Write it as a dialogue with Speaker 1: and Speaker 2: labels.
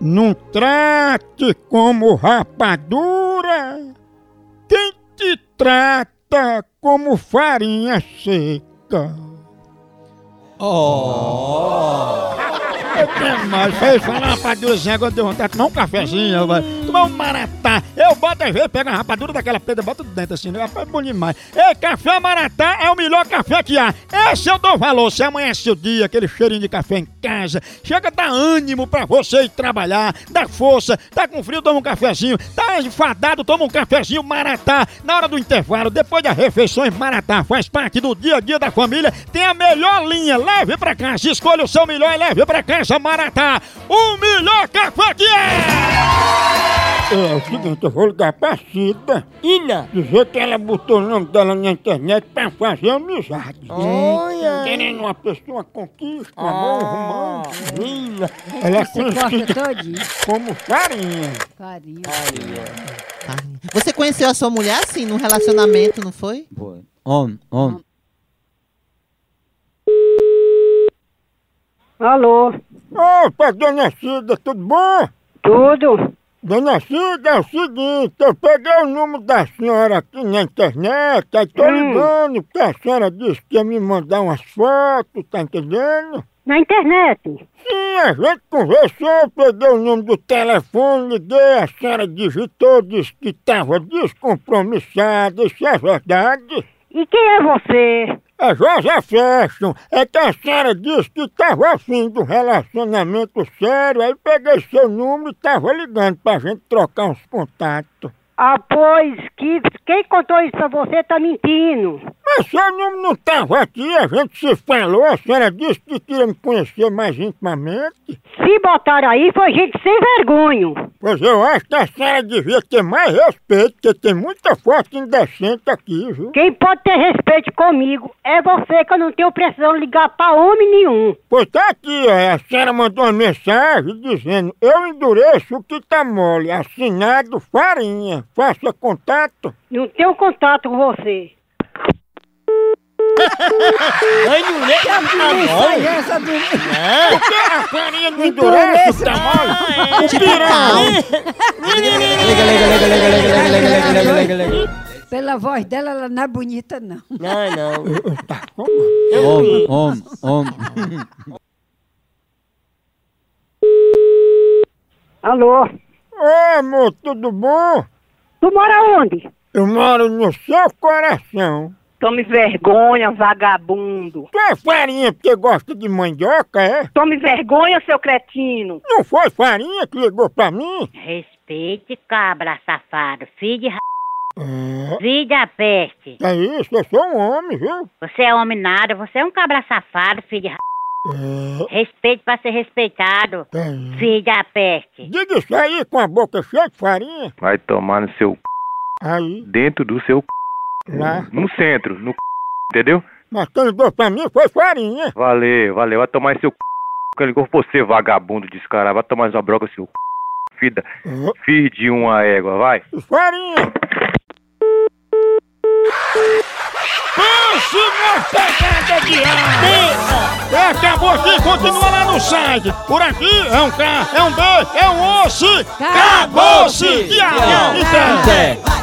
Speaker 1: Não trate como rapadura quem te trata como farinha seca. Oh. Eu tenho mais, foi falar rapadura, assim, agora deu vontade de tomar um cafezinho, eu vou tomar um maratá. Eu boto às vezes, pego a rapadura daquela pedra, boto dentro assim, né? rapaz, bom demais. Ei, café maratá é o melhor café que há. Esse eu dou valor, se amanhece o dia, aquele cheirinho de café em casa, chega a dar ânimo pra você ir trabalhar, dá força, tá com frio, toma um cafezinho, tá enfadado, toma um cafezinho maratá. Na hora do intervalo, depois das refeições, maratá faz parte do dia a dia da família, tem a melhor linha, leve pra casa, escolha o seu melhor e leve pra casa, maratá. O melhor café que é! É o seguinte, eu vou ligar pra Cida,
Speaker 2: Ina.
Speaker 1: dizer que ela botou o nome dela na internet pra fazer amizade.
Speaker 2: Olha.
Speaker 1: Querendo uma pessoa conquista, amor, romance.
Speaker 2: Ina.
Speaker 1: Ela é
Speaker 3: Você corta
Speaker 1: conhecida
Speaker 3: todinho,
Speaker 1: como farinha.
Speaker 3: farinha.
Speaker 4: Carne. Você conheceu a sua mulher assim, num relacionamento, não foi?
Speaker 5: Homem, homem.
Speaker 6: Alô,
Speaker 1: Opa, dona Cida, tudo bom?
Speaker 6: tudo?
Speaker 1: Dona Cida, é o seguinte, eu peguei o número da senhora aqui na internet, aí tô
Speaker 6: Hum.
Speaker 1: ligando, porque a senhora disse que ia me mandar umas fotos, tá entendendo?
Speaker 6: Na internet.
Speaker 1: Sim, a gente conversou, eu peguei o número do telefone, liguei, a senhora digitou, disse que estava descompromissada, isso é verdade?
Speaker 6: E quem é você?
Speaker 1: É José Fashion, é que a senhora disse que estava afim de um relacionamento sério, aí peguei seu número e estava ligando pra gente trocar uns contatos.
Speaker 6: Ah, pois que quem contou isso pra você tá mentindo.
Speaker 1: Mas seu número não estava aqui, a gente se falou, a senhora disse que queria me conhecer mais intimamente.
Speaker 6: Se botaram aí foi gente sem vergonha.
Speaker 1: Pois eu acho que a senhora devia ter mais respeito, porque tem muita foto indecente aqui, viu?
Speaker 6: Quem pode ter respeito comigo é você que eu não tenho precisão ligar pra homem nenhum.
Speaker 1: Pois tá aqui, ó, a senhora mandou uma mensagem dizendo, eu endureço o que tá mole, assinado Farinha, faça contato.
Speaker 6: Não tenho contato com você.
Speaker 1: Porque a farinha não endurece o que tá mole. O pirão.
Speaker 5: Lega, lega, lega, lega, lega, lega, lega, lega, lega, lega.
Speaker 3: Pela voz dela, ela não é bonita, não.
Speaker 2: Não, não.
Speaker 5: Homem, homem, homem.
Speaker 6: Alô,
Speaker 1: Ô, amor, tudo bom?
Speaker 6: tu mora onde?
Speaker 1: Eu moro no seu coração.
Speaker 6: Tome vergonha, vagabundo.
Speaker 1: Tu é farinha porque gosta de mandioca, é?
Speaker 6: Tome vergonha, seu cretino.
Speaker 1: Não foi farinha que ligou pra mim?
Speaker 7: Respeite, cabra safado, filho de ra...
Speaker 1: Ah.
Speaker 7: Filho da peste.
Speaker 1: É isso, eu sou um homem, viu?
Speaker 7: Você é homem nada, você é um cabra safado, filho de ra... Respeite pra ser respeitado,
Speaker 1: É.
Speaker 7: filho da peste.
Speaker 1: Diga isso aí com a boca cheia de farinha.
Speaker 8: Vai tomar no seu c...
Speaker 1: Aí,
Speaker 8: dentro do seu c...
Speaker 1: lá.
Speaker 8: no centro, no c... entendeu?
Speaker 1: Mas quem ligou pra mim foi farinha.
Speaker 8: Valeu, valeu. Vai tomar seu c... que ligou pra você, vagabundo descarado. Vai tomar sua broca, seu c... Fida,
Speaker 1: Ô,
Speaker 8: filho de uma égua, vai.
Speaker 1: É, Farinha. Pense na pegada de ar. É, acabou aqui, continua lá no site. Por aqui é um K, é um B, é um osso.
Speaker 3: Acabou-se.
Speaker 1: Acabou-se de ar.
Speaker 5: Não,
Speaker 1: Então.
Speaker 5: Zé.
Speaker 4: Vai,